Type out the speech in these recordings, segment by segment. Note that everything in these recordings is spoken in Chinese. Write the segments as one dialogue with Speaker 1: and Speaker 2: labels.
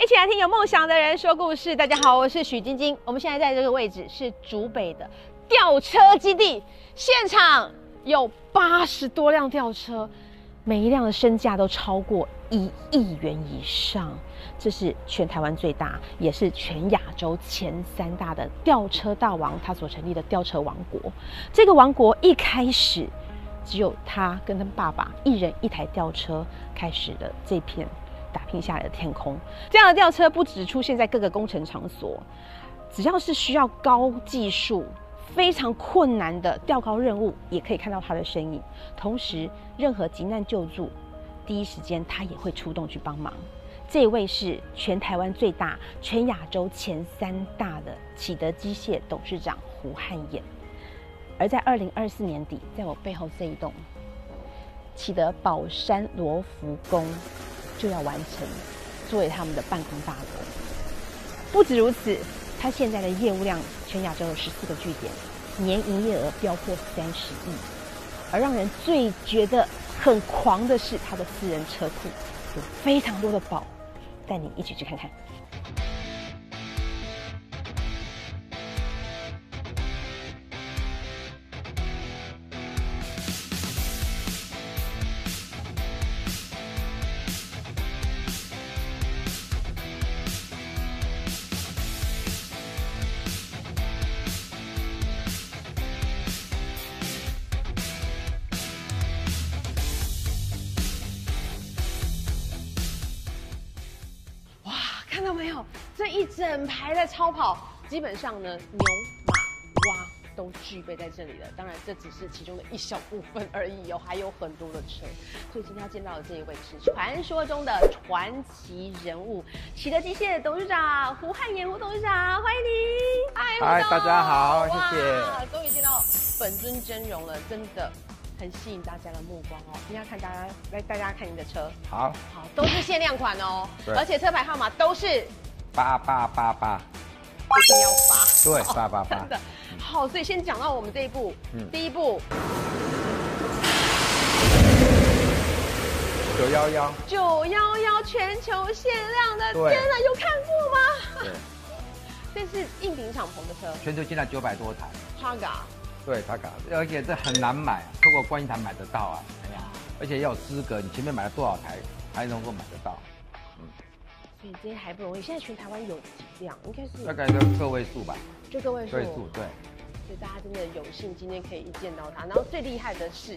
Speaker 1: 一起来听有梦想的人说故事。大家好，我是许晶晶。我们现在在这个位置是竹北的吊车基地，现场有八十多辆吊车，每一辆的身价都超过一亿元以上。这是全台湾最大，也是全亚洲前三大的吊车大王他所成立的吊车王国。这个王国一开始只有他跟他爸爸一人一台吊车，开始了这片打拼下来的天空。这样的吊车不只出现在各个工程场所，只要是需要高技术、非常困难的吊高任务，也可以看到它的身影。同时，任何急难救助，第一时间他也会出动去帮忙。这位是全台湾最大、全亚洲前三大的启德机械董事长胡汉衍。而在二零二四年底，在我背后这一栋启德宝山罗浮宫就要完成作为他们的办公大楼。不止如此，它现在的业务量全亚洲有十四个据点，年营业额飙破三十亿。而让人最觉得很狂的是，它的私人车库有非常多的宝，带你一起去看看。哇，看到没有？这一整排的超跑，基本上呢，牛、马、蛙都具备在这里了。当然，这只是其中的一小部分而已哦，还有很多的车。所以今天要见到的这一位是传说中的传奇人物——启德机械董事长胡汉衍胡董事长，欢迎您！嗨胡
Speaker 2: 嗨
Speaker 1: 董
Speaker 2: 大家好谢谢
Speaker 1: 哇终于见到本尊真容了，真的。很吸引大家的目光哦！今天要看大家来，大家看你的车，
Speaker 2: 好，
Speaker 1: 好，都是限量款哦，
Speaker 2: 对
Speaker 1: 而且车牌号码都是一
Speaker 2: 八八八八，
Speaker 1: 定要发，
Speaker 2: 对，八八八
Speaker 1: 哦真，的。好，所以先讲到我们这一步，
Speaker 2: 啊嗯
Speaker 1: 第一步
Speaker 2: 九幺幺，
Speaker 1: 九幺幺全球限量的，
Speaker 2: 对
Speaker 1: 天哪，有看过吗？
Speaker 2: 对，
Speaker 1: 这是硬顶敞篷的车
Speaker 2: 全球现在九百多台，
Speaker 1: ，Targa，
Speaker 2: 对，他搞，而且这很难买，啊透过观音堂买得到啊，哎呀，而且要有资格，你前面买了多少台才能够买得到？
Speaker 1: 所以这些还不容易。现在全台湾有几辆？应该
Speaker 2: 大
Speaker 1: 是
Speaker 2: 概都个位数吧，
Speaker 1: 就个位数，
Speaker 2: 个位数，对，
Speaker 1: 所以大家真的有幸今天可以见到它。然后最厉害的是，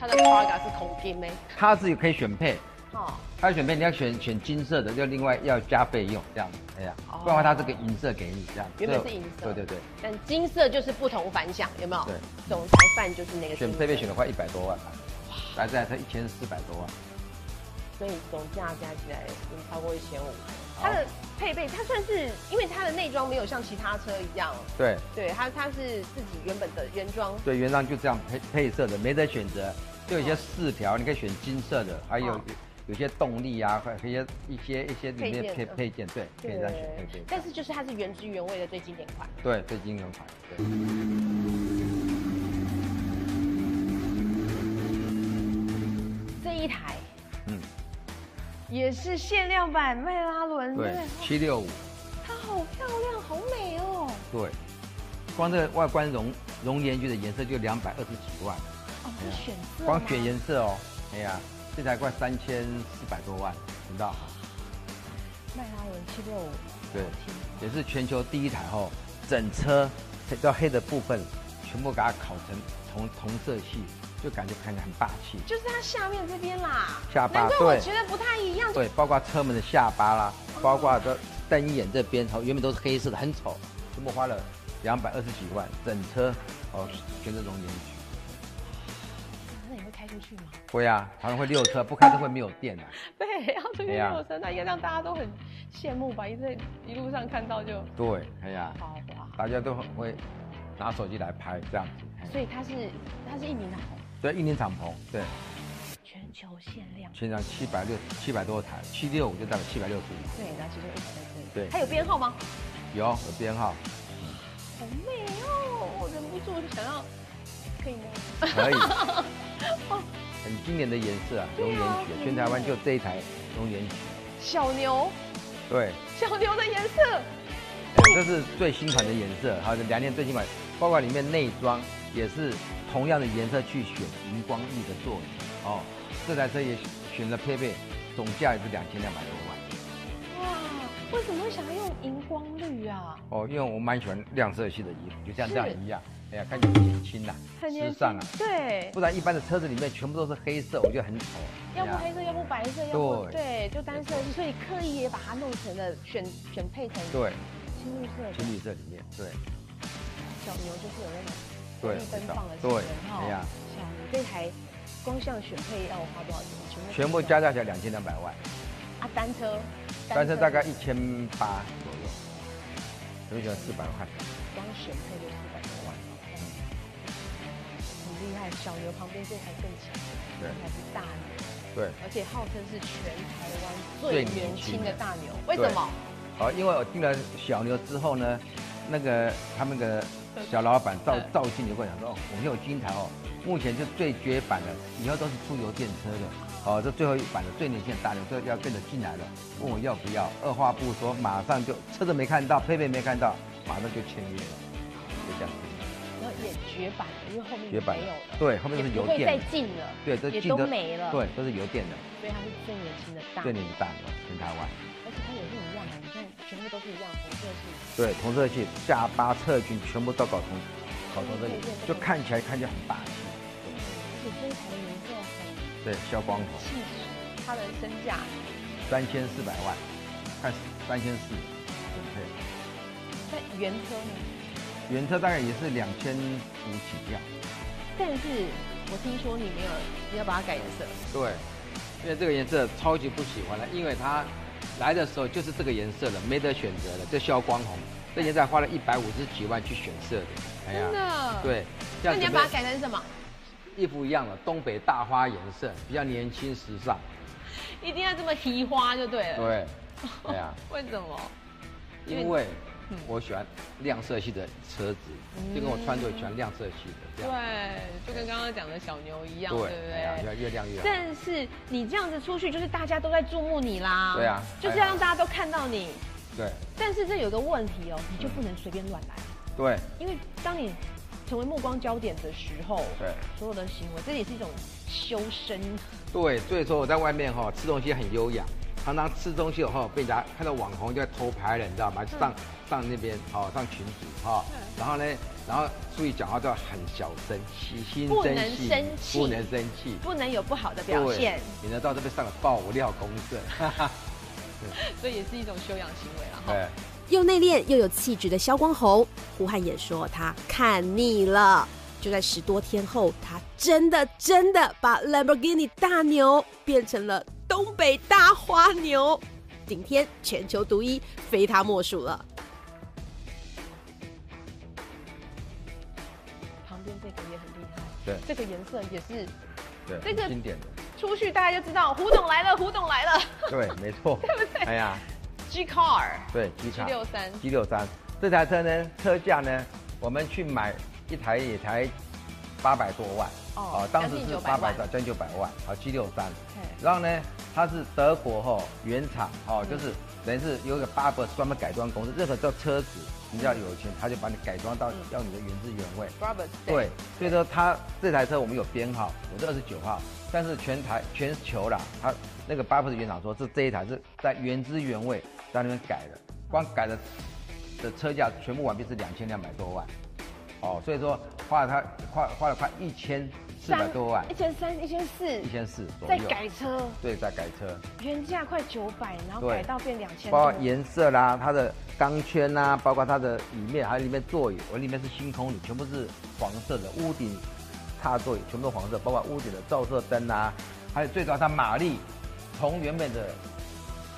Speaker 1: 它的 Targa 是同金诶，
Speaker 2: 它自己可以选配，
Speaker 1: 哦，
Speaker 2: 它选配你要选选金色的，就另外要加费用这样子，哎呀
Speaker 1: 哦，
Speaker 2: 不然的话它这个银色给你这样，
Speaker 1: 原本
Speaker 2: 这
Speaker 1: 是银色
Speaker 2: 对对对，
Speaker 1: 但金色就是不同凡响，有没有？
Speaker 2: 对，
Speaker 1: 总裁范就是那个
Speaker 2: 选
Speaker 1: 金色
Speaker 2: 配备选了快一百多万吧，来这台车一千四百多万，
Speaker 1: 所以总价加起来已经超过一千五。
Speaker 2: 好
Speaker 1: 它的配备，它算是因为它的内装没有像其他车一样，
Speaker 2: 对。
Speaker 1: 对它它是自己原本的原装，
Speaker 2: 对，原上就这样配配色的，没得选择，就有些饰条，你可以选金色的，还有
Speaker 1: 哦
Speaker 2: 有有些动力啊，还有一些一些一些里
Speaker 1: 配件
Speaker 2: 面配
Speaker 1: 嗯
Speaker 2: 配件，对，可以这样选配件。
Speaker 1: 但是就是它是原汁原味的最经典款。
Speaker 2: 对，最金融款。对，嗯
Speaker 1: 这一台
Speaker 2: 嗯，
Speaker 1: 也是限量版迈拉伦，
Speaker 2: 对
Speaker 1: 不，
Speaker 2: 七六五，
Speaker 1: 它好漂亮，好美哦。
Speaker 2: 对，光这个外观熔熔岩具的颜色就两百二十几万，
Speaker 1: 哦，它选色吗
Speaker 2: 啊光选颜色哦，哎呀，这台快三千四百多万，你知道吗？
Speaker 1: 迈拉伦七六五，
Speaker 2: 对，也是全球第一台哦，整车到黑的部分全部给它烤成同同色系，就感觉看起来很霸气。
Speaker 1: 就是它下面这边啦，
Speaker 2: 下巴
Speaker 1: 难怪我
Speaker 2: 对
Speaker 1: 觉得不太一样，
Speaker 2: 对，包括车门的下巴啦，包括这灯眼这边，哦，原本都是黑色的，很丑，全部花了两百二十几万，整车哦，全这种颜值。
Speaker 1: 那你会开出去吗？
Speaker 2: 会啊，常常会溜车，不开车会没有电的、
Speaker 1: 对，要这
Speaker 2: 哎
Speaker 1: 个
Speaker 2: 呀
Speaker 1: 陌生那应该让大家都很羡慕吧？一在一路上看到就
Speaker 2: 对，哎呀，
Speaker 1: 豪华，
Speaker 2: 大家都很会拿手机来拍这样子。哎
Speaker 1: 所以它是它是一名的好，
Speaker 2: 对，一年敞篷，对，
Speaker 1: 全球限量。
Speaker 2: 全长七百六七百多台，七六五就代表七百六十五，
Speaker 1: 对，然后其实一直在这里。
Speaker 2: 对
Speaker 1: 它有编号吗？
Speaker 2: 有有编号，
Speaker 1: 好美哦，我忍不住就想要，可以吗？
Speaker 2: 可以。 很经典的颜色啊，
Speaker 1: 对啊
Speaker 2: 熔岩
Speaker 1: 很
Speaker 2: 曲，全台湾
Speaker 1: 美
Speaker 2: 就这一台熔岩曲。
Speaker 1: 小牛，
Speaker 2: 对，
Speaker 3: 小牛的颜色，
Speaker 2: 这是最新款的颜色，还有两年最新款，包括里面内装也是同样的颜色去选荧光绿的座椅哦。这台车也选了配备，总价也是两千两百多万
Speaker 3: 哇，为什么会想要用荧光绿啊？
Speaker 2: 哦，因为我蛮喜欢亮色系的衣服，就像这样
Speaker 3: 是
Speaker 2: 一样，哎呀，看起来很年轻呐、
Speaker 3: 很年
Speaker 2: 时
Speaker 3: 轻
Speaker 2: 尚啊。
Speaker 3: 对，
Speaker 2: 不然一般的车子里面全部都是黑色，我觉得很丑。
Speaker 3: 要不
Speaker 2: 哎呀
Speaker 3: 黑色，要不白色，要不对，
Speaker 2: 对
Speaker 3: 就单色系，所以刻意也把它弄成了选选配成
Speaker 2: 对，
Speaker 3: 青绿色的
Speaker 2: 情侣色里面，对
Speaker 3: 小牛，就是有那种
Speaker 2: 对
Speaker 3: 绿，奔
Speaker 2: 很少
Speaker 3: 放的气氛
Speaker 2: 对，
Speaker 3: 哈
Speaker 2: 哎呀，
Speaker 3: 小牛这台光像选配要花多少钱？
Speaker 2: 全部加加起来两千两百万，
Speaker 3: 啊，单车，
Speaker 2: 单车大概一千八左右，所以喜欢四百块。
Speaker 3: 光选配就四百多万，很厉害。小牛旁边这台更强，这
Speaker 2: 对
Speaker 3: 台是大牛，
Speaker 2: 对，
Speaker 3: 而且号称是全台湾最
Speaker 2: 最年
Speaker 3: 年
Speaker 2: 轻
Speaker 3: 轻的
Speaker 2: 的
Speaker 3: 大牛，为
Speaker 2: 对
Speaker 3: 什么？
Speaker 2: 好，因为我订了小牛之后呢，那个他们的小老板赵
Speaker 3: 嗯
Speaker 2: 赵经理跟我讲说，哦，我们有金台哦，目前是最绝版的，以后都是出油电车的，哦，这最后一版的最年轻的大牛车要跟着进来了，问我要不要，二话不说，马上就车子没看到，配备没看到，马上就签约了，就这样子，
Speaker 3: 然后也绝版了，因为后面
Speaker 2: 绝版
Speaker 3: 没有
Speaker 2: 了
Speaker 3: 了，，
Speaker 2: 对，后面
Speaker 3: 也
Speaker 2: 都是
Speaker 3: 不
Speaker 2: 油
Speaker 3: 会再
Speaker 2: 电的，
Speaker 3: 进了，
Speaker 2: 对，都
Speaker 3: 也
Speaker 2: 进
Speaker 3: 都
Speaker 2: 的，
Speaker 3: 没了，，
Speaker 2: 对，都是油电的，
Speaker 3: 所以它是最年轻的大
Speaker 2: 最
Speaker 3: 牛，
Speaker 2: 年轻的大牛，全台湾。
Speaker 3: 而且它也是一样啊的，你看全部都是一样，红色系。
Speaker 2: 对，同色系下巴侧裙全部都搞同，搞同色系，就看起来看起来很霸气。
Speaker 3: 而且这一台的颜色很
Speaker 2: 对，消光头
Speaker 3: 气质，它的身价
Speaker 2: 三千四百万，看三千四，对
Speaker 3: 在原车呢，
Speaker 2: 不对？原车大概也是两千五起跳。
Speaker 3: 但是我听说你没有，你要把它改颜色，
Speaker 2: 对，因为这个颜色超级不喜欢了，因为它来的时候就是这个颜色了，没得选择了，这消光红，这颜色还花了一百五十几万去选色的，哎
Speaker 3: 真的。。
Speaker 2: 对，这
Speaker 3: 那
Speaker 2: 样
Speaker 3: 你
Speaker 2: 子
Speaker 3: 要把它改成什么？
Speaker 2: 衣服一样了，东北大花颜色，比较年轻时尚，
Speaker 3: 一定要这么提花就对了。
Speaker 2: 对，哎呀。
Speaker 3: 为什么？
Speaker 2: 因为
Speaker 3: 嗯
Speaker 2: 我喜欢亮色系的车子，就跟我穿着喜欢亮色系的这样。
Speaker 3: 对，就跟刚刚讲的小牛一样，对不
Speaker 2: 哎呀
Speaker 3: 对？
Speaker 2: 要越亮越好。
Speaker 3: 但是你这样子出去，就是大家都在注目你啦。
Speaker 2: 对啊
Speaker 3: 就是要让大家都看到你。
Speaker 2: 对
Speaker 3: 但是这有个问题哦，
Speaker 2: 嗯
Speaker 3: 你就不能随便乱来，
Speaker 2: 对
Speaker 3: 因为当你成为目光焦点的时候，
Speaker 2: 对
Speaker 3: 所有的行为，这也是一种修身。
Speaker 2: 对，所以说我在外面哈、吃东西很优雅，常常吃东西以后被人家看到网红就在偷拍了，你知道吗？上、上那边哦，上群组哈、
Speaker 3: 嗯
Speaker 2: 然后呢，然后注意讲话都要很小声，细心
Speaker 3: 不
Speaker 2: 真
Speaker 3: 能
Speaker 2: 细
Speaker 3: 生气
Speaker 2: 不能生气，
Speaker 3: 不能有不好的表现，
Speaker 2: 对，免得到这边上了爆料公社。哈哈
Speaker 3: 所以也是一种修养行为了哈。
Speaker 2: 对。
Speaker 1: 又内敛又有气质的萧光侯，胡汉也说他看腻了。就在十多天后，他真的真的把 Lamborghini 大牛变成了东北大花牛，顶天全球独一，非他莫属了。
Speaker 3: 旁边这个也很厉害，
Speaker 2: 对
Speaker 3: 这个颜色也是
Speaker 2: 对，
Speaker 3: 这个
Speaker 2: 很经典 的，
Speaker 3: 出去大家就知道胡董来了，胡董来了
Speaker 2: 对，没错，对不对？哎呀，
Speaker 3: ，G Car
Speaker 2: 对，机
Speaker 3: G
Speaker 2: 场。
Speaker 3: 六三，
Speaker 2: G 六三这台车呢，车价呢，我们去买一台也才八百多万
Speaker 3: 哦
Speaker 2: 当时是
Speaker 3: 将近
Speaker 2: 八
Speaker 3: 900万
Speaker 2: 百到将近九百万啊，G 六三。
Speaker 3: 嘿
Speaker 2: 然后呢，它是德国哈、原厂
Speaker 3: 嗯
Speaker 2: 哦，就是等于是有一个巴博专门改装公司，任何叫车子你只要有钱，他就把你改装到要你的原汁原味。
Speaker 3: Robert
Speaker 2: 对，所以说它这台车我们有编号，我是二十九号，但是全台全球啦，它那个巴布斯原厂说是这一台是在原汁原味在那边改的，光改的的车价全部完毕是两千两百多万，哦，所以说花了它花花了快一千四百多万
Speaker 3: 一，千三、一千四
Speaker 2: 一，千四左
Speaker 3: 哎再
Speaker 2: 右，
Speaker 3: 改车，
Speaker 2: 对，在改车，
Speaker 3: 原价快九百，然后
Speaker 2: 对
Speaker 3: 改到变两千，
Speaker 2: 包括颜色啦，它的钢圈啦、包括它的里面，还有里面座椅，我里面是星空里，全部是黄色的，屋顶踏座椅全部都黄色，包括屋顶的照射灯啊，还有最早它马力从原本的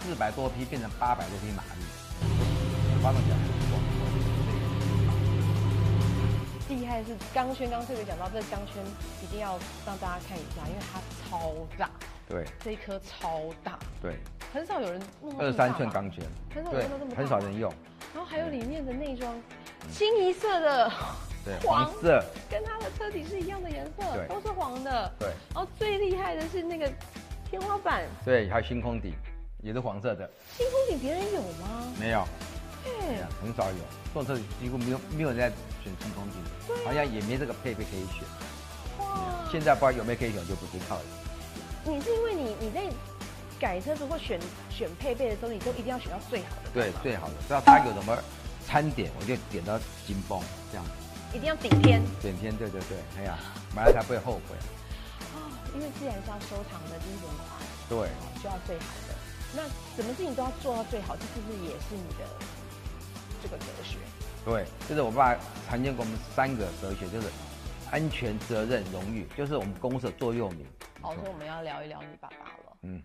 Speaker 2: 四百多匹变成八百多匹马力，发动起来很爽。
Speaker 3: 厉害的是钢圈，刚刚特别讲到这个钢圈一定要让大家看一下，因为它超大，
Speaker 2: 对
Speaker 3: 这一颗超大，
Speaker 2: 对，
Speaker 3: 很少有人弄到这
Speaker 2: 二
Speaker 3: 么大
Speaker 2: 三
Speaker 3: 吧
Speaker 2: 寸，钢圈，
Speaker 3: 很少有
Speaker 2: 对
Speaker 3: 人弄到这么，大，
Speaker 2: 很少人。用，
Speaker 3: 然后还有里面的内装，
Speaker 2: 嗯
Speaker 3: 清一色的
Speaker 2: 对，
Speaker 3: 黄
Speaker 2: 黄色，
Speaker 3: 跟它的车底是一样的颜色，
Speaker 2: 对
Speaker 3: 都是黄的。
Speaker 2: 对
Speaker 3: 然后最厉害的是那个天花板，
Speaker 2: 对，还有星空顶，也是黄色的，
Speaker 3: 新风景别人有吗？
Speaker 2: 没有，
Speaker 3: 对
Speaker 2: 很少有，坐车几乎没有没有人在选新风景，好像也没这个配备可以选。
Speaker 3: 哇
Speaker 2: 现在不知道有没有可以选就不知道了。
Speaker 3: 你是因为你你在改车子或选选配备的时候，你都一定要选到最好的，
Speaker 2: 对，最好的，知道它有什么餐点，我就点到金崩这样子，
Speaker 3: 一定要顶天
Speaker 2: 整天对对对，哎呀，买了才不会后悔。
Speaker 3: 哦，因为既然是要收藏的，就是文化，
Speaker 2: 对，
Speaker 3: 就要最好的。那什么事情都要做到最好，这是不是也是你的这个哲学？
Speaker 2: 对，就是我爸常见给我们三个哲学，就是安全、责任、荣誉，就是我们公司的座右铭。
Speaker 3: 好，所以我们要聊一聊你爸爸了。
Speaker 2: 嗯。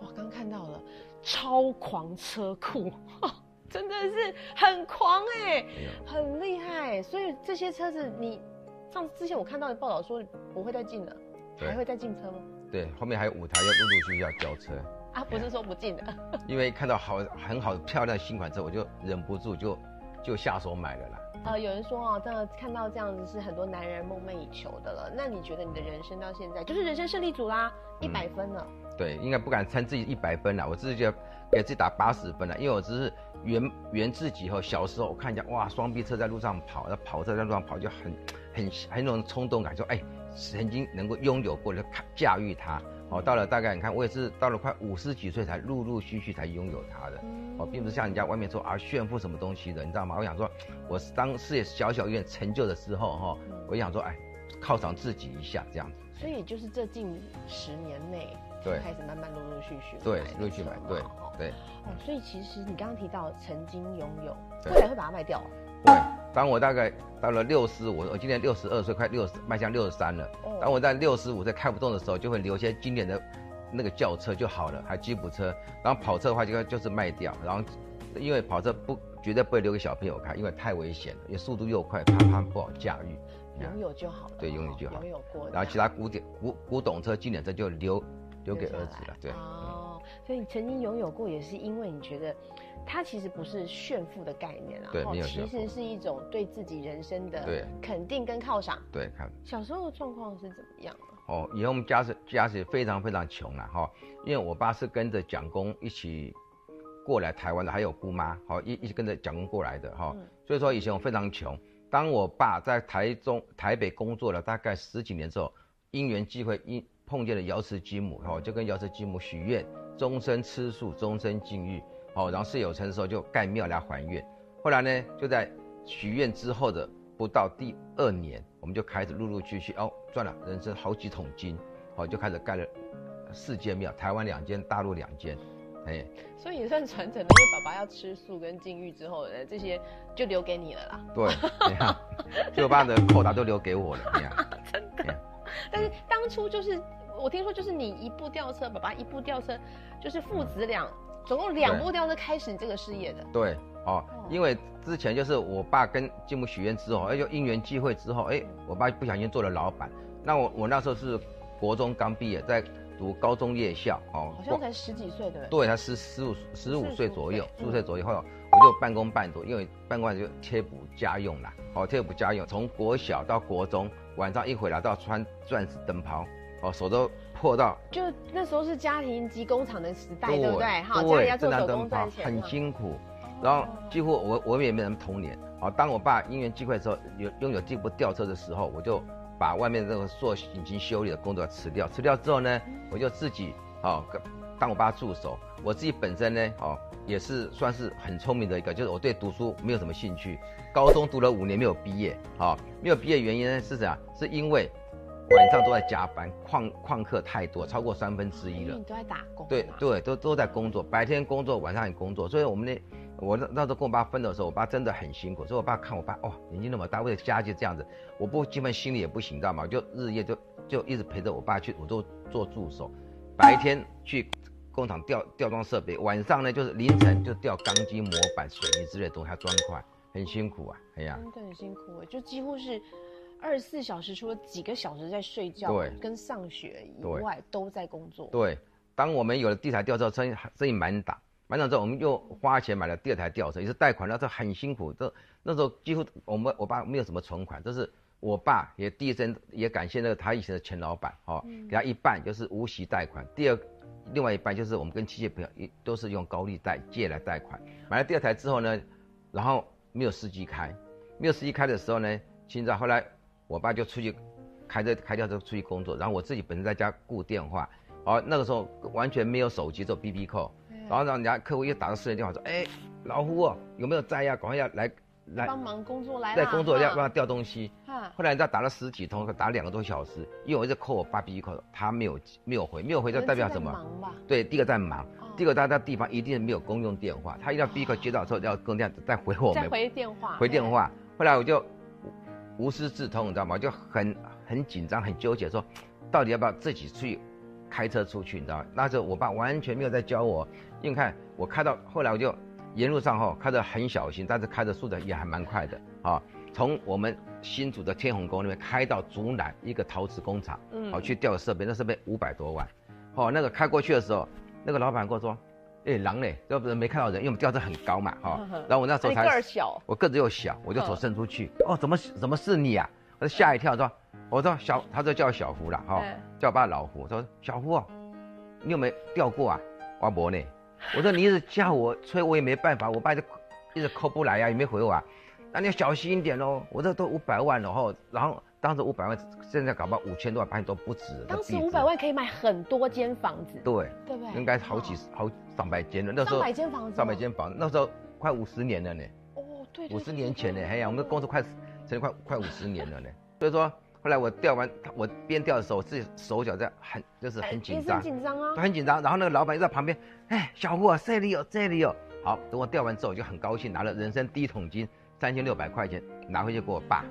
Speaker 3: 哇，刚看到了，超狂车库， 真的是很狂哎、
Speaker 2: 没有
Speaker 3: 很厉害。欸所以这些车子你，上之前我看到的报道说不会再进了，
Speaker 2: 对
Speaker 3: 还会再进车吗？
Speaker 2: 对，后面还有五台要陆陆续续要交车，
Speaker 3: 啊，不是说不进了，
Speaker 2: 因为看到好很好漂亮的新款车，我就忍不住就就下手买了啦。
Speaker 3: 呃，有人说哦，这样看到这样子是很多男人梦寐以求的了。那你觉得你的人生到现在就是人生胜利组啦，一百分了，
Speaker 2: 对，应该不敢称自己一百分了，我自己就给自己打八十分了，因为我只是圆圆自己后，小时候我看人家哇双臂车在路上跑，那跑车在路上跑就很很很有那种冲动感，说哎曾经能够拥有过的看驾驭它。哦，到了大概你看，我也是到了快五十几岁才陆陆续续才拥有它的。哦，并不是像人家外面说啊炫富什么东西的，你知道吗？我想说，我当事业小小有点成就的时候哈、我想说哎，犒赏自己一下这样子。
Speaker 3: 所以就是这近十年内，
Speaker 2: 对
Speaker 3: 就开始慢慢陆陆续续
Speaker 2: 对
Speaker 3: 买，
Speaker 2: 陆续买
Speaker 3: 车嘛，
Speaker 2: 对
Speaker 3: 哦
Speaker 2: 对。
Speaker 3: 哦，所以其实你刚刚提到曾经拥有，
Speaker 2: 对
Speaker 3: 未来会把它卖掉哦。
Speaker 2: 对，当我大概到了六十五，我今年六十二岁，快六十，迈向六十三了。
Speaker 3: 哦
Speaker 2: 当我在六十五岁开不动的时候，就会留一些经典的那个轿车就好了，还吉普车。然后跑车的话，就就是卖掉。然后呃因为跑车不绝对不会留给小朋友开，因为太危险了，因为速度又快，啪啪不好驾驭。
Speaker 3: 拥有就好了，哦
Speaker 2: 对啊嗯拥有就好
Speaker 3: 拥有过。
Speaker 2: 然后其他古典古古董车、经典车就留留给
Speaker 3: 下
Speaker 2: 儿子
Speaker 3: 来
Speaker 2: 了。对，嗯
Speaker 3: 哦，所以你曾经拥有过，也是因为你觉得它其实不是炫富的概念啊，
Speaker 2: 对
Speaker 3: 哦
Speaker 2: 没有
Speaker 3: 其
Speaker 2: 炫
Speaker 3: 实是一种对自己人生的
Speaker 2: 对
Speaker 3: 肯定跟犒赏。
Speaker 2: 对，看。
Speaker 3: 小时候的状况是怎么样啊？
Speaker 2: 哦，以前我们家是家是非常非常穷了哈，因为我爸是跟着蒋公一起过来台湾的，还有姑妈，好一一起跟着蒋公过来的哈，
Speaker 3: 嗯
Speaker 2: 所以说以前我非常穷。当我爸在台中、台北工作了大概十几年之后，因缘际会因碰见了瑶池金母，哈，就跟瑶池金母许愿，终身吃素，终身禁欲，好，然后事有成的时候就盖庙来还愿。后来呢，就在许愿之后的不到第二年，我们就开始陆陆续续哦赚了人生好几桶金，哦就开始盖了四间庙，台湾两间，大陆两间，哎，
Speaker 3: 所以也算传承了，因为爸爸要吃素跟禁欲之后呢，这些就留给你了啦。
Speaker 2: 对， 你看，就把的扣打都留给我了，哎你看，真的，
Speaker 3: 但是当初就是我听说，就是你一部吊车，爸爸一部吊车，就是父子俩，总共两部吊车开始你这个事业的。
Speaker 2: 对，哦
Speaker 3: 哦，
Speaker 2: 因为之前就是我爸跟进母许愿之后，哎，就因缘际会之后，哎，我爸不小心做了老板，那我我那时候是国中刚毕业，在读高中夜校，哦
Speaker 3: 好，像才十几岁，对不对？
Speaker 2: 对，他十十五十五岁左右，
Speaker 3: 嗯
Speaker 2: 十五岁左右后，我就半工半读，因为半工半读就贴补家用啦，哦，贴补家用，从国小到国中，晚上一回来都要穿钻石灯泡，哦，手都破到，
Speaker 3: 就那时候是家庭及工厂的时代，
Speaker 2: 对
Speaker 3: 对不对？哈，家里要做手工赚钱
Speaker 2: 很
Speaker 3: 嘛。
Speaker 2: 辛苦，
Speaker 3: 哦
Speaker 2: 然后几乎我我们也没什么童年，哦，当我爸因缘际会的时候，有拥有这部吊车的时候，我就把外面这个做引擎修理的工作辞掉，辞掉之后呢，我就自己哦跟当我爸助手，我自己本身呢哦也是算是很聪明的一个，就是我对读书没有什么兴趣，高中读了五年没有毕业，哦，没有毕业原因呢是怎样？是因为晚上都在加班，旷旷课太多，超过三分之一
Speaker 3: 因
Speaker 2: 了
Speaker 3: 哎为你。都在打工嘛，啊
Speaker 2: 对对，都都在工作，白天工作，晚上也工作，所以我们那我那那时候跟我爸分的时候，我爸真的很辛苦，所以我爸看我爸哦年纪那么大，为了家就这样子，我不基本心里也不行，知道吗？就日夜就就一直陪着我爸去，我都做助手，白天去工厂吊吊装设备，晚上呢就是凌晨就吊钢筋、模板、水泥之类的东西，还砖块，很辛苦啊，哎呀、
Speaker 3: 真的很辛苦，欸就几乎是二十四小时，除了几个小时在睡觉，
Speaker 2: 对
Speaker 3: 跟上学以
Speaker 2: 对
Speaker 3: 外都在工作。
Speaker 2: 对，当我们有了第一台吊车，生意生意满档，满档之后，我们又花钱买了第二台吊车，也是贷款，那时候很辛苦，这那时候几乎我们我爸没有什么存款，就是我爸也第一声也感谢那个他以前的前老板哦，给他一半就是无息贷款，第二另外一半就是我们跟企业朋友一都是用高利贷借来贷款。买了第二台之后呢，然后没有司机开，没有司机开的时候呢，现在后来我爸就出去开着开轿车出去工作，然后我自己本身在家顾电话，哦那个时候完全没有手机，只有 B B 扣，
Speaker 3: 哎
Speaker 2: 然后让人家客户又打到私人电话说，
Speaker 3: 嗯
Speaker 2: 哎老胡哦有没有在呀？赶快要来来
Speaker 3: 帮忙工作来
Speaker 2: 在
Speaker 3: 啦，
Speaker 2: 工作要
Speaker 3: 哈
Speaker 2: 帮他调东西。
Speaker 3: 哈，
Speaker 2: 后来你知道打了十几通，打了两个多小时，因为我一直扣我爸 B 扣，他没有没有回，没有回就代表什
Speaker 3: 可
Speaker 2: 么？
Speaker 3: 能是在忙吧，
Speaker 2: 对，第一个在忙，
Speaker 3: 哦
Speaker 2: 第二个他在地方一定没有公用电话，他一定要 B 扣接到之后要跟这样子再回我
Speaker 3: 再
Speaker 2: 们
Speaker 3: 回电话，哎
Speaker 2: 回电话。后来我就无无师自通，你知道吗？就很很紧张，很纠结，说到底要不要自己去开车出去？你知道吗？那时候我爸完全没有在教我，因为你看我开到后来我就沿路上哈、开得很小心，但是开的速度也还蛮快的啊。从我们新竹的天虹宫那边开到竹南一个陶瓷工厂，
Speaker 3: 哎，嗯
Speaker 2: 好、去调设备，那设备五百多万，好、那个开过去的时候，那个老板跟我说，哎、狼嘞，要不是没看到人，因为我们吊车很高嘛，哈、然后我那时候
Speaker 3: 你
Speaker 2: 才
Speaker 3: 个儿小，
Speaker 2: 我个子又小，我就
Speaker 3: 嗯
Speaker 2: 手伸出去，哦，怎么怎么是你啊？我说吓一跳，说，我说小，他说叫我小胡啦，哈、
Speaker 3: 嗯
Speaker 2: 叫我爸老胡，说小胡哦，你有没有掉过啊？花博呢？我说你一直叫我催，我也没办法，我爸就一直扣不来呀、啊，也没回我啊。那你要小心一点哦，我这都五百万了哈，然后当时五百万，现在搞不好五千多万，把你都不止。
Speaker 3: 当时
Speaker 2: 那地址
Speaker 3: 五百，万可以买很多间房子，
Speaker 2: 对，
Speaker 3: 对不对？
Speaker 2: 应该好几
Speaker 3: 哦
Speaker 2: 十、好上百间了，那时
Speaker 3: 上
Speaker 2: 候
Speaker 3: 百间房子，
Speaker 2: 上百，间房，那时候快五十年了呢。
Speaker 3: 哦，对，对
Speaker 2: 五十年前呢，哎呀，我们的
Speaker 3: 公
Speaker 2: 公
Speaker 3: 司
Speaker 2: 司快成立快快五十年了呢。
Speaker 3: 嗯
Speaker 2: 所以说，后来我钓完，我边钓的时候，我自己手脚在很就是
Speaker 3: 哎
Speaker 2: 很紧张，
Speaker 3: 紧张啊，
Speaker 2: 很紧张。然后那个老板就在旁边，哎，小胡啊，这里有，这里有。好，等我钓完之后，我就很高兴，拿了人生第一桶金三千六百块钱，拿回去给我爸。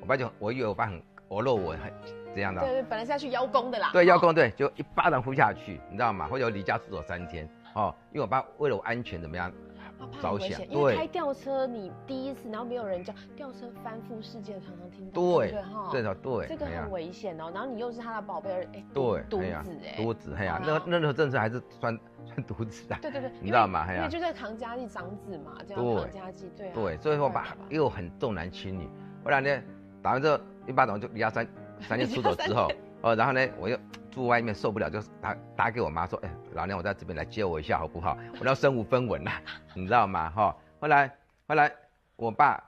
Speaker 2: 我爸就我以为我爸很我肉我很怎样的
Speaker 3: 对
Speaker 2: 啊，
Speaker 3: 对，本来是要去邀功的啦，
Speaker 2: 对，
Speaker 3: 哦
Speaker 2: 邀，功对，就一巴掌呼下去，你知道吗？或者我离家出走三天哦，因为我爸为了我安全怎么样
Speaker 3: 怕怕
Speaker 2: 着
Speaker 3: 很危
Speaker 2: 想，
Speaker 3: 险，因为开吊车你第一次，然后没有人教，吊车翻覆事件常常听到，
Speaker 2: 对
Speaker 3: 对哈，
Speaker 2: 对的对，
Speaker 3: 这个
Speaker 2: 哎呀
Speaker 3: 很危险哦，然后你又是他的宝贝儿，哎，
Speaker 2: 对，
Speaker 3: 独
Speaker 2: 哎呀
Speaker 3: 子哎，
Speaker 2: 独子，哎呀，
Speaker 3: 对
Speaker 2: 那
Speaker 3: 啊
Speaker 2: 那时候政策还是穿穿独子啊，
Speaker 3: 对对对，
Speaker 2: 你知道吗
Speaker 3: 因为
Speaker 2: 哎呀
Speaker 3: 因为就在唐家丽长子嘛，这样
Speaker 2: 对
Speaker 3: 唐家记，对啊，
Speaker 2: 对，所以说
Speaker 3: 太
Speaker 2: 爸
Speaker 3: 可怕
Speaker 2: 又很重男轻女。后来呢，打完之后一巴掌就离家三三天出走之后，哦，然后呢，我又住外面受不了，就打打给我妈说，哎，老娘我在这边来接我一下好不好？我要身无分文呐、你知道吗？哈、后来后来我爸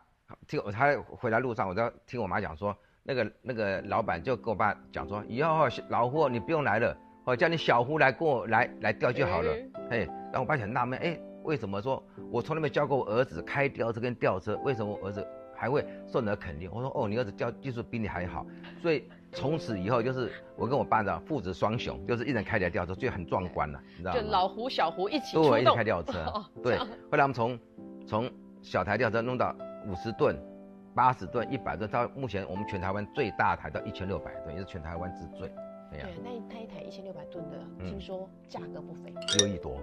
Speaker 2: 听我他回来路上，我就听我妈讲说，那个那个老板就跟我爸讲说，以后哦老胡你不用来了，哦叫你小胡来跟我来来钓就好了。
Speaker 3: 嗯
Speaker 2: 哎，然后我爸就很纳闷，哎，为什么说我从来没教过我儿子开吊车跟吊车，为什么我儿子还会受你的肯定？我说哦，你儿子教技术比你还好，所以从此以后就是我跟我爸呢父子双雄，就是一人开一台吊车，就很壮观了，你知道吗？
Speaker 3: 就老胡小胡一起出
Speaker 2: 对，一直
Speaker 3: 动
Speaker 2: 开，吊车
Speaker 3: 哦，
Speaker 2: 对。后来我们从从小台吊车弄到五十吨、八十吨、一百吨，到目前我们全台湾最大台到一千六百吨，也是全台湾之最，哎呀
Speaker 3: 对，，啊那一那一台一千六百吨的，
Speaker 2: 嗯
Speaker 3: 听说价格不菲，
Speaker 2: 六亿多。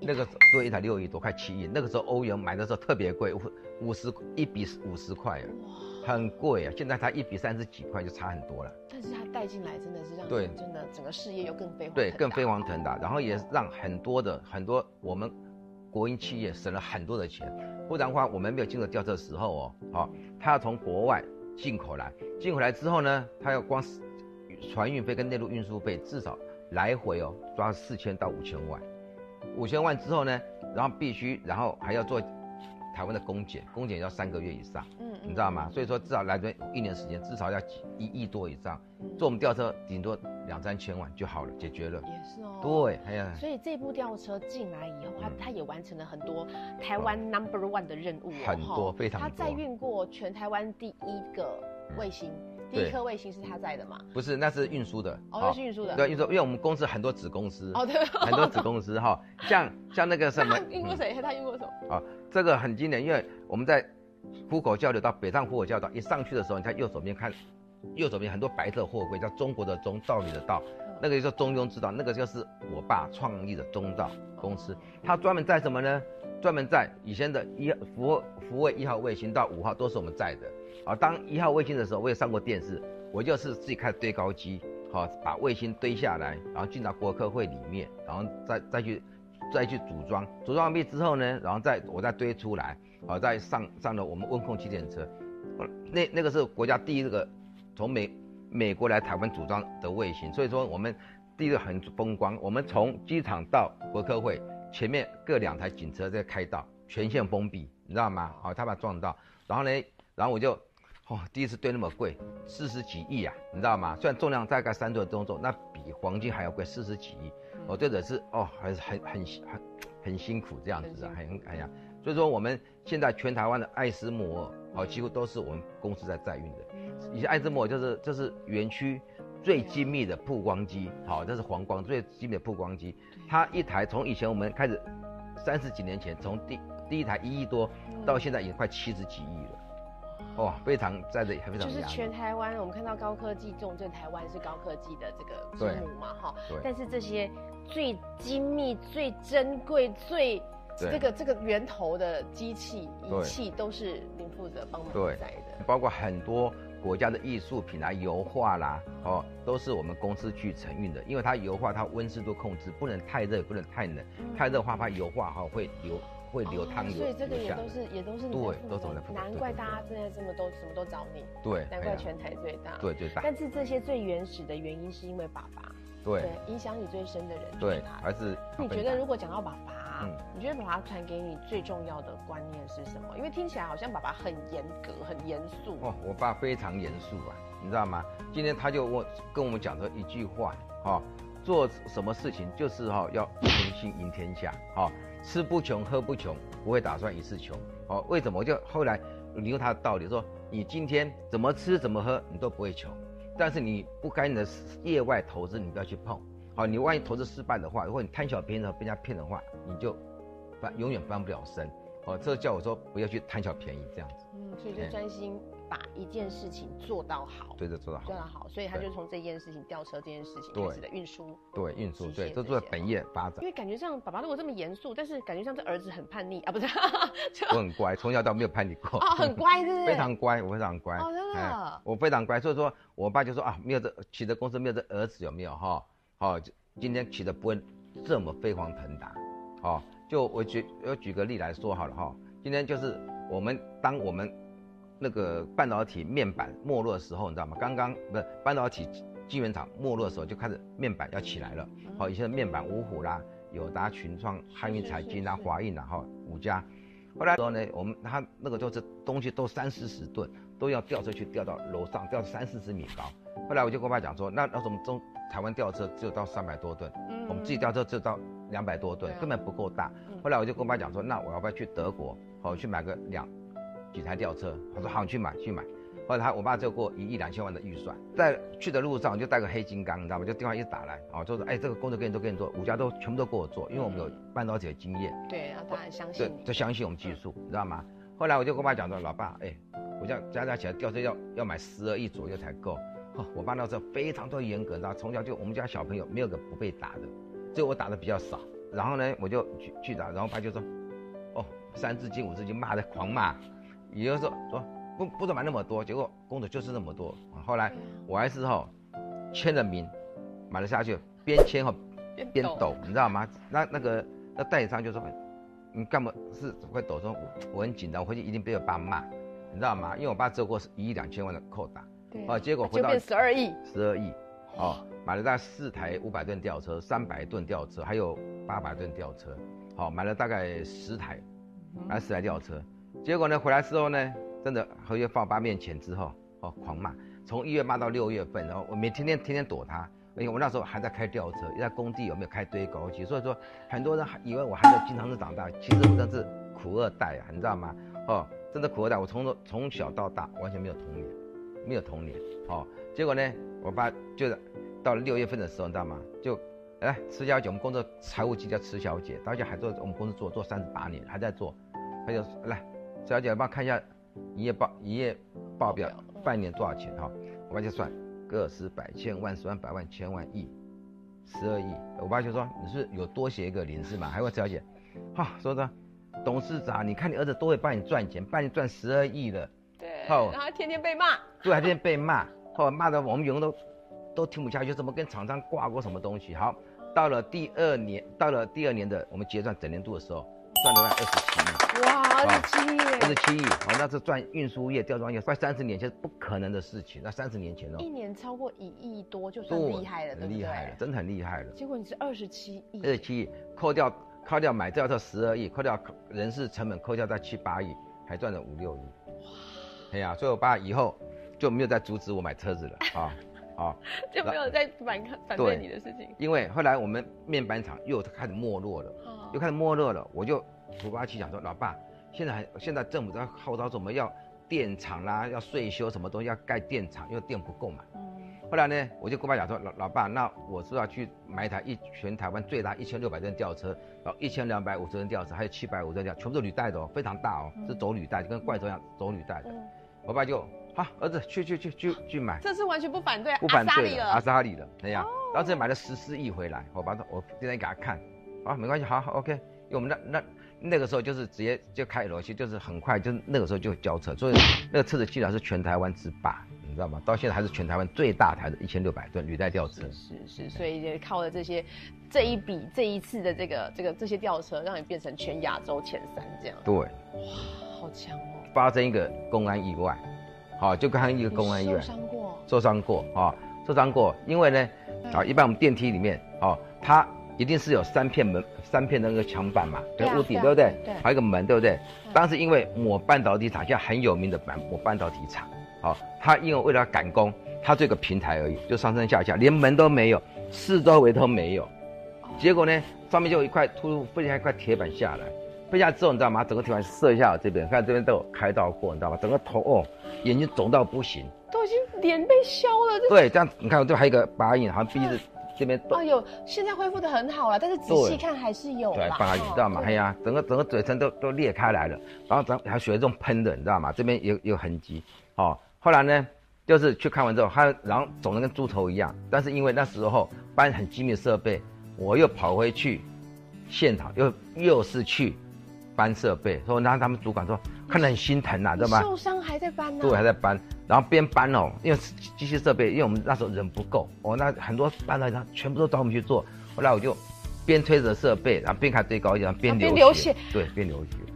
Speaker 3: 一
Speaker 2: 那个时候对一台六亿多，快七亿。那个时候欧元买的时候特别贵，五五十一比五十块啊，
Speaker 3: 哇！
Speaker 2: 很贵啊。现在它一比三十几块就差很多了，
Speaker 3: 但是它带进来真的是让
Speaker 2: 对
Speaker 3: 人真的整个事业又更飞黄
Speaker 2: 对，
Speaker 3: 腾
Speaker 2: 更
Speaker 3: 达
Speaker 2: 飞黄腾达。然后也让很多的很多我们国营企业省了很多的钱，不然的话我们没有经过吊车的时候哦，好、它要从国外进口来，进口来之后呢，它要光是船运费跟内陆运输费至少来回哦抓四千到五千万，五千万之后呢，然后必须然后还要做台湾的公检，公检要三个月以上，
Speaker 3: 嗯
Speaker 2: 你知道吗？所以
Speaker 3: 以
Speaker 2: 说至少来这边一年时间至少要几一亿多以上，
Speaker 3: 嗯
Speaker 2: 坐我们吊车顶多两三千万就好了，解决了。
Speaker 3: 也是哦，
Speaker 2: 对，哎呀，
Speaker 3: 所以这部吊车进来以后，它
Speaker 2: 嗯
Speaker 3: 它也完成了很多台湾 number one 的任务哦，
Speaker 2: 很多
Speaker 3: 哈
Speaker 2: 非常
Speaker 3: 它载
Speaker 2: 多嗯
Speaker 3: 运过全台湾第一个卫星，第一
Speaker 2: 对
Speaker 3: 颗卫星是它载的嘛？
Speaker 2: 不是，那是运输的，
Speaker 3: 哦，又是运输的，
Speaker 2: 对，运输，因为我们公司很多子公司，
Speaker 3: 哦对，
Speaker 2: 很多子公司哈，像像那个什么
Speaker 3: 那它，运过
Speaker 2: 嗯
Speaker 3: 谁？它运过什么？
Speaker 2: 这个很经典，因为我们在虎口交流道北上虎口交流道一上去的时候，你看右手边看，右手边很多白色货柜，叫中国的中，道理的道，那个就叫中庸之道，那个就是我爸创立的中道公司，他专门在什么呢？专门在以前的一福福卫一号卫星到五号都是我们在的。啊，当一号卫星的时候，我也上过电视，我就是自己开堆高机，好、把卫星堆下来，然后进到国科会里面，然后再再去再去组装，组装完毕之后呢，然后再我再堆出来，好、再上上了我们温控起点车，后来那那个是国家第一个从美美国来台湾组装的卫星，所以说我们第一个很风光，我们从机场到国科会前面各两台警车在开道，全线封闭，你知道吗？好、他把撞到，然后呢，然后我就。哦，第一次对那么贵，四十几亿啊，你知道吗？虽然重量大概三吨重重，那比黄金还要贵，四十几亿。哦，这者是哦，还是很很很很辛苦这样子的，很哎呀。所以说我们现在全台湾的爱斯摩哦，几乎都是我们公司在载运的。以前爱斯摩就是就是园区最精密的曝光机，好、这是黄光最精密的曝光机，它一台从以前我们开始三十几年前，从第第一台一亿多，
Speaker 3: 嗯
Speaker 2: 到现在已经快七十几亿了。哦，非常在这里非常
Speaker 3: 就是
Speaker 2: 压力
Speaker 3: 全台湾，我们看到高科技重镇，台湾是高科技的这个之
Speaker 2: 对
Speaker 3: 母嘛，哈。
Speaker 2: 对
Speaker 3: 但是这些最精密、最珍贵、最
Speaker 2: 对
Speaker 3: 这个这个源头的机器仪
Speaker 2: 对
Speaker 3: 器，都是您负责帮忙
Speaker 2: 对
Speaker 3: 载 的。
Speaker 2: 包括很多国家的艺术品啊、油画啦，哦，都是我们公司去承运的，因为它油画它温湿度控制，不能太热，也不能太冷，太热的话怕油画哈会流会流汤
Speaker 3: 嗯哦
Speaker 2: 油，
Speaker 3: 所以这个
Speaker 2: 流
Speaker 3: 也
Speaker 2: 下
Speaker 3: 都
Speaker 2: 来
Speaker 3: 是也都是你
Speaker 2: 对
Speaker 3: 在负
Speaker 2: 都
Speaker 3: 责
Speaker 2: 是我在负责
Speaker 3: 啊难
Speaker 2: 对
Speaker 3: 怪
Speaker 2: 对
Speaker 3: 大家
Speaker 2: 对
Speaker 3: 现在这么多什么都找你，
Speaker 2: 对，哎
Speaker 3: 难怪
Speaker 2: 呀
Speaker 3: 全台最大。。
Speaker 2: 对最大，
Speaker 3: 但是这些最原始的原因是因为爸爸，
Speaker 2: 对
Speaker 3: 影响你最深的人就是
Speaker 2: 对
Speaker 3: 他，
Speaker 2: 还是
Speaker 3: 你觉
Speaker 2: 分开
Speaker 3: 得如果讲到爸爸，
Speaker 2: 嗯
Speaker 3: 你觉得爸爸传给你最重要的观念是什么？因为听起来好像爸爸很严格、很严肃。
Speaker 2: 哦，我爸非常严肃啊，你知道吗？今天他就问跟我们讲说一句话，哦，做什么事情就是哈、哦、要存心赢天下，哦，吃不穷，喝不穷，不会打算一次穷，哦，为什么？我就后来你用他的道理说，你今天怎么吃怎么喝你都不会穷，但是你不该你的业外投资你不要去碰，好、你万一投资失败的话，如果你贪小便宜的话被人家骗的话，你就翻永远翻不了身，哦，这叫我说不要去贪小便宜这样子，
Speaker 3: 嗯，所以就专心把一件事情做到好，
Speaker 2: 对这做得好
Speaker 3: 做。到好，所以他
Speaker 2: 对
Speaker 3: 就从这件事情吊车这件事情
Speaker 2: 对
Speaker 3: 开始的运输。
Speaker 2: 对，运输
Speaker 3: 极
Speaker 2: 对，
Speaker 3: 限
Speaker 2: 这
Speaker 3: 这
Speaker 2: 做
Speaker 3: 些
Speaker 2: 本业发展
Speaker 3: 因，为感觉上爸爸如果这么严肃，但是感觉上这儿子很叛逆啊，不是，就
Speaker 2: 我很乖，从小到没有叛逆过，
Speaker 3: 哦很乖，是不是？
Speaker 2: 哦非常乖，我非常乖，
Speaker 3: 哦真的
Speaker 2: 哎我非常乖，所以说我爸就说啊，没有这娶的公司没有这儿子有没有哈？好、就今天娶的不会这么飞黄腾达，好、就我举我举个例来说好了哈、今天就是我们当我们那个半导体面板没落的时候，你知道吗？刚刚不是半导体晶圆厂没落的时候，就开始面板要起来了。
Speaker 3: 嗯
Speaker 2: 好、以前的面板五虎啦、友达、群创、汉运
Speaker 3: 是
Speaker 2: 财
Speaker 3: 是
Speaker 2: 经啦、
Speaker 3: 是
Speaker 2: 华印啦，哈五家。后来之后呢，我们他那个就是东西都三四十吨，都要吊车去吊到楼上，吊三四十米高。后来我就跟我爸讲说，那那时候我们中台湾吊车只有到三百多吨，
Speaker 3: 嗯
Speaker 2: 我们自己吊车只有到两百多吨
Speaker 3: 对啊，
Speaker 2: 根本不够大
Speaker 3: 嗯。
Speaker 2: 后来我就跟我爸讲说，那我要不要去德国，哦，去买个两几台吊车？他说好，你去买去买。后来他我爸就给我一亿两千万的预算，在去的路上我就带个黑金刚，你知道吗？就电话一打来，哦，就是哎这个工作给你做给你做，五家都全部都给我做，因为我们有半导体的经验。
Speaker 3: 对，然后他很相信
Speaker 2: 对，
Speaker 3: 你嗯
Speaker 2: 就。相信我们技术，你知道吗？后来我就跟我爸讲说，老爸，哎、我这样加加起来吊车要要买十二亿左右才够。哦，我爸那时候非常多严格，你知道，从小就我们家小朋友没有个不被打的，只有我打的比较少。然后呢，我就去去打，然后我爸就说，哦，三字经五字经骂的狂骂，也就是说说不不准买那么多，结果工作就是那么多。后
Speaker 3: 嗯
Speaker 2: 来我还是哈、签了名，买了下去，边签哈
Speaker 3: 边
Speaker 2: 边
Speaker 3: 抖
Speaker 2: 抖，你知道吗？那那个那代理商就说，你干嘛是怎么会抖？说我我很紧张，我回去一定被我爸骂，你知道吗？因为我爸做过一亿两千万的扣打，
Speaker 3: 对
Speaker 2: 啊，结果回
Speaker 3: 就
Speaker 2: 到
Speaker 3: 变十二亿，
Speaker 2: 十二亿，哦，买了大概四台五百吨吊车、三百吨吊车，还有八百吨吊车，好、买了大概十台，买了十台吊车。结果呢，回来之后呢，真的合约放八面前之后，哦，狂骂，从一月骂到六月份，然后我每天天天天躲他。而且我那时候还在开吊车，也在工地有没有开堆高机，所以说很多人还以为我还在经常是长大，其实我真是苦二代啊，你知道吗？哦，真的苦二代，我从从小到大完全没有童年。没有童年哦。结果呢，我爸就是到了六月份的时候，你知道吗？就来迟小姐，我们工作财务局叫迟小姐，到现在还做我们公司做做三十八年，还在做。他就说来，迟小姐帮我看一下营业报营业报表
Speaker 3: 报表嗯，
Speaker 2: 半年多少钱哈、我爸就算个十百千万十万百万千万亿，十二亿。我爸就说你是有多写一个零是吗？还问迟小姐，哈、说的。董事长，你看你儿子都会帮你赚钱，帮你赚十二亿了，
Speaker 3: 对，
Speaker 2: 哦
Speaker 3: 然后天天被骂。
Speaker 2: 对，还天被骂，后来骂的我们员工都都听不下去，怎么跟厂商挂过什么东西？好，到了第二年，到了第二年的我们结算整年度的时候，赚了大概二十七亿，
Speaker 3: 哇，三十七
Speaker 2: 三十
Speaker 3: 耶，
Speaker 2: 七亿，哦，那是赚运输业、吊装业，快三十年前是不可能的事情。那三十年前哦
Speaker 3: 一，年超过一亿多就算
Speaker 2: 多
Speaker 3: 厉害了，对
Speaker 2: 很
Speaker 3: 不
Speaker 2: 厉害了，
Speaker 3: 对？
Speaker 2: 真的很厉害了。
Speaker 3: 结果你是二十七亿
Speaker 2: 二，十七亿，扣掉扣掉买吊车十二亿，扣掉人事成本，扣掉在七八亿，还赚了五六亿。哎呀、所以我爸以后就没有再阻止我买车子了啊啊！
Speaker 3: 就没有再反抗反
Speaker 2: 对
Speaker 3: 对你的事情。
Speaker 2: 因为后来我们面板厂又开始没落了，
Speaker 3: 哦
Speaker 2: 又开始没落了，我就突发奇想说，老爸，现在还现在政府在号召什么要电厂啦，要税修什么东西，要盖电厂，因为电不够嘛。
Speaker 3: 嗯
Speaker 2: 后来呢，我就跟我爸讲说，老老爸，那我是要去买一台一全台湾最大一千六百吨吊车，然后一千两百五十吨吊车，还有七百五十吨吊，全部都履带的哦，非常大哦，
Speaker 3: 嗯
Speaker 2: 是走履带，就跟怪兽一样走履带的。
Speaker 3: 嗯，
Speaker 2: 我爸就好，儿子去去去去去买，
Speaker 3: 这次完全不反对
Speaker 2: 不
Speaker 3: 阿
Speaker 2: 反
Speaker 3: 萨
Speaker 2: 对
Speaker 3: 利
Speaker 2: 了，阿
Speaker 3: 了，
Speaker 2: 萨里了，哎呀，然后这买了十四亿回来，我把它我今天给他看，啊，没关系，好好，OK，因为我们那那那个时候就是直接就开 L 七，就是很快，就是那个时候就交车，所以那个车子居然是全台湾之霸，你知道吗？到现在还是全台湾最大台的一千六百吨履带吊车，
Speaker 3: 是是，所以也靠了这些这一笔这一次的这个这个这些吊车，让你变成全亚洲前三这样，
Speaker 2: 对，
Speaker 3: 好强哦！
Speaker 2: 发生一个公安意外，好，就刚刚一个公安意
Speaker 3: 你受
Speaker 2: 外
Speaker 3: 伤过，
Speaker 2: 受伤过啊、受伤过，因为呢，
Speaker 3: 嗯
Speaker 2: 啊，一般我们电梯里面哦，它一定是有三片门，三片那个墙板嘛，
Speaker 3: 对
Speaker 2: 跟
Speaker 3: 啊
Speaker 2: 屋顶对
Speaker 3: 对啊
Speaker 2: 不对？
Speaker 3: 对
Speaker 2: 还有一个门对不对
Speaker 3: 嗯？
Speaker 2: 当时因为抹半导体厂，现在很有名的板抹半导体厂，哦，它因为为了要赶工，它做一个平台而已，就上上下下，连门都没有，四周围都没有，
Speaker 3: 哦
Speaker 2: 结果呢，上面就有一块突突飞下一块铁板下来。飞下来之后，你知道吗？整个铁板射下我这边，看这边都有开到过，你知道吗？整个头哦，眼睛肿到不行，
Speaker 3: 都已经脸被削了， 这
Speaker 2: 对，这样你看，我这还有一个疤印，好像鼻子这边都
Speaker 3: 哎呦，现在恢复的很好了，但是仔细
Speaker 2: 对
Speaker 3: 看还是有
Speaker 2: 对
Speaker 3: 啦，
Speaker 2: 疤印，
Speaker 3: 哦
Speaker 2: 你知道吗？哎呀，整个整个嘴唇都都裂开来了，然后咱还学这种喷的，你知道吗？这边有有痕迹，哦，后来呢，就是去看完之后，他然后肿得跟猪头一样，但是因为那时候搬很精密的设备，我又跑回去现场，又又是去搬设备，所以然后他们主管说看得很心疼呐、啊，
Speaker 3: 你
Speaker 2: 知道吗？
Speaker 3: 受伤还在搬呢，啊
Speaker 2: 对，还在搬，然后边搬哦，因为机器设备，因为我们那时候人不够哦，那很多搬到一张全部都找我们去做。后来我就边推着设备，然后边看最高一点，然后边
Speaker 3: 啊边
Speaker 2: 流
Speaker 3: 流血
Speaker 2: 血，对，边流血。哎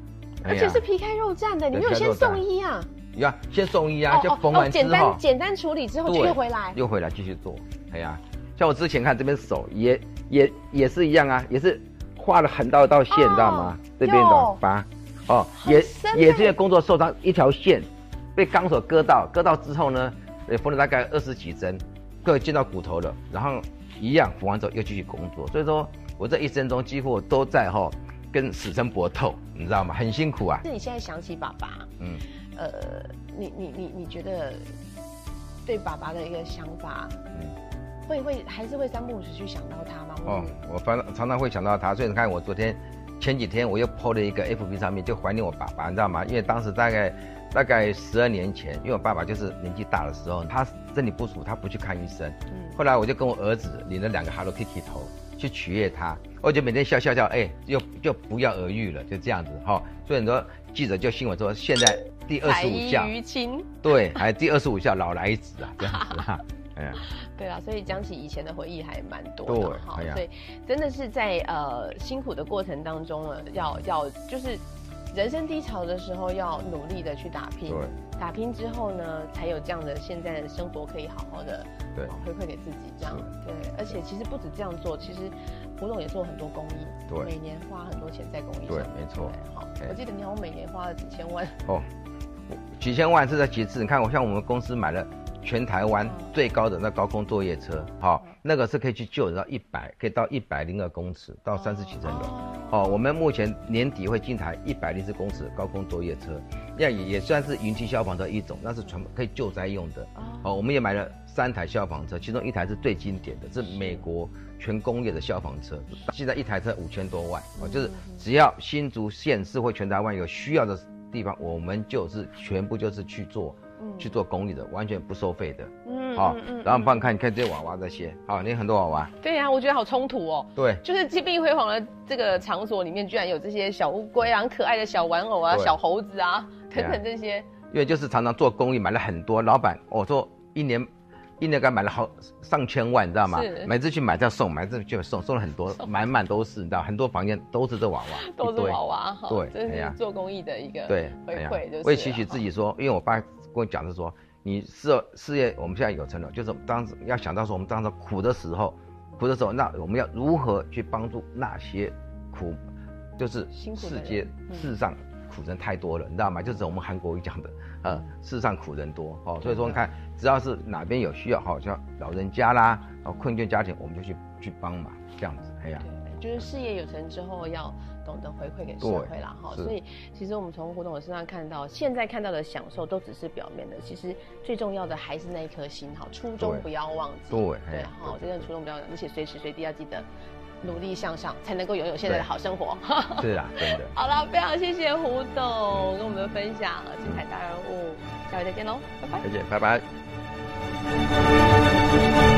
Speaker 3: 而
Speaker 2: 呀
Speaker 3: 且是皮开肉绽的，你没有
Speaker 2: 对皮开
Speaker 3: 先
Speaker 2: 肉绽
Speaker 3: 送医啊？
Speaker 2: 你看，先送
Speaker 3: 哦
Speaker 2: 医啊，就缝完之
Speaker 3: 简
Speaker 2: 后
Speaker 3: 单，简单处理之后就
Speaker 2: 对
Speaker 3: 又回来，
Speaker 2: 又回来继续做。哎呀，像我之前看这边手也也也是一样啊，也是画了很大一道线，
Speaker 3: 哦
Speaker 2: 你知道吗？这边
Speaker 3: 有
Speaker 2: 的疤，哦，
Speaker 3: 很
Speaker 2: 也
Speaker 3: 深欸
Speaker 2: 也是因为工作受伤，一条线被钢索割到，割到之后呢，也缝了大概二十几针，各进到骨头了，然后一样缝完之后又继续工作。所以说我这一生中几乎都在哈、跟死神搏斗，你知道吗？很辛苦啊，
Speaker 3: 是你现在想起爸爸，
Speaker 2: 嗯。
Speaker 3: 呃，你你你你觉得对爸爸的一个想法，
Speaker 2: 嗯
Speaker 3: 会会还是会三不五时去想到他吗？嗯
Speaker 2: 哦
Speaker 3: 或是，
Speaker 2: 我反常常会想到他，所以你看我昨天前几天我又 PO 了一个 FB 上面，就怀念我爸爸，你知道吗？因为当时大概大概十二年前，因为我爸爸就是年纪大的时候，他身体不舒服，他不去看医生。
Speaker 3: 嗯，
Speaker 2: 后来我就跟我儿子领了两个 Hello Kitty 头去取悦他，我就每天笑笑笑，哎，就就不药而愈了，就这样子哈、所以很多记者就新闻说，现在第二
Speaker 3: 彩
Speaker 2: 十五校
Speaker 3: 衣，娱亲，
Speaker 2: 对，还第二十五校老来子啊，这样子 哈、哎呀，
Speaker 3: 对啊，所以讲起以前的回忆还蛮多
Speaker 2: 对
Speaker 3: 的哈
Speaker 2: 哎，呀
Speaker 3: 所以真的是在呃辛苦的过程当中呢，要要就是人生低潮的时候要努力的去打拼，
Speaker 2: 对
Speaker 3: 打拼之后呢，才有这样的现在的生活可以好好的
Speaker 2: 对
Speaker 3: 哦回馈给自己这样
Speaker 2: 是
Speaker 3: 对，而且其实不止这样做，其实胡总也做很多公益，
Speaker 2: 对
Speaker 3: 每年花很多钱在公益上
Speaker 2: 对
Speaker 3: 面，
Speaker 2: 没错
Speaker 3: 对好，
Speaker 2: 哎
Speaker 3: 我记得你好像每年花了几千万，
Speaker 2: 哦，几千万是在其次。你看，我像我们公司买了全台湾最高的那高空作业车，好、那个是可以去救人到一百，可以到一百零二公尺，到三十几层楼。哦，我们目前年底会进台一百零四公尺高空作业车，那也也算是云梯消防车一种，那是全部可以救灾用的。
Speaker 3: 哦，
Speaker 2: 哦，我们也买了三台消防车，其中一台是最经典的，是美国全工业的消防车，现在一台车五千多万哦，就是只要新竹县市或全台湾有需要的地方，我们就是全部就是去做。
Speaker 3: 嗯
Speaker 2: 去做公益的，完全不收费的，
Speaker 3: 嗯
Speaker 2: 好、
Speaker 3: 嗯嗯
Speaker 2: 然后帮看，你看这些娃娃这些，好、你看很多娃娃，
Speaker 3: 对呀、我觉得好冲突哦。
Speaker 2: 对，
Speaker 3: 就是金碧辉煌的这个场所里面，居然有这些小乌龟啊、很可爱的小玩偶啊、
Speaker 2: 对
Speaker 3: 小猴子啊
Speaker 2: 对
Speaker 3: 等
Speaker 2: 啊
Speaker 3: 等这些，
Speaker 2: 因为就是常常做公益，买了很多，老板我说一年印度改买了好上千万，你知道吗
Speaker 3: 是？
Speaker 2: 每次去买这样送，买这就送，送了很多，满满都是，你知道，很多房间都是这娃娃，
Speaker 3: 都
Speaker 2: 一
Speaker 3: 是
Speaker 2: 堆
Speaker 3: 娃娃哈，
Speaker 2: 对
Speaker 3: 这
Speaker 2: 哎
Speaker 3: 是
Speaker 2: 呀
Speaker 3: 做公益的一个
Speaker 2: 对，
Speaker 3: 回
Speaker 2: 哎呀
Speaker 3: 馈，就是啊
Speaker 2: 我也期许自
Speaker 3: 己
Speaker 2: 己说，因为我爸跟我讲是说，你事事业我们现在有成了，就是当时要想到说我们当时苦的时候，苦的时候，那我们要如何去帮助那些苦，就是
Speaker 3: 辛苦的
Speaker 2: 世
Speaker 3: 人
Speaker 2: 界
Speaker 3: 嗯
Speaker 2: 世上苦人太多了，你知道吗？就是我们韩国语讲的，呃，世上苦人多哦，所以说你
Speaker 3: 嗯真的
Speaker 2: 看，只要是哪边有需要，好像老人家啦，然后困倦家庭，我们就去去帮忙，这样子，哎呀，
Speaker 3: 对，就是事业有成之后要懂得回馈给社
Speaker 2: 对
Speaker 3: 会啦哈。
Speaker 2: 是
Speaker 3: 所以其实我们从胡董的身上看到，现在看到的享受都只是表面的，其实最重要的还是那一颗心哈，初衷
Speaker 2: 对
Speaker 3: 不要忘记。
Speaker 2: 对
Speaker 3: 对
Speaker 2: 哎
Speaker 3: 哈，
Speaker 2: 对
Speaker 3: 真的初衷不要忘记，而且随时随地要记得努力向上，才能够拥有现在的好生活。
Speaker 2: 是啊，真的。
Speaker 3: 好了，非常谢谢胡董跟我们的分享精彩大人物，下回再见喽，拜拜。
Speaker 2: 再见，拜拜。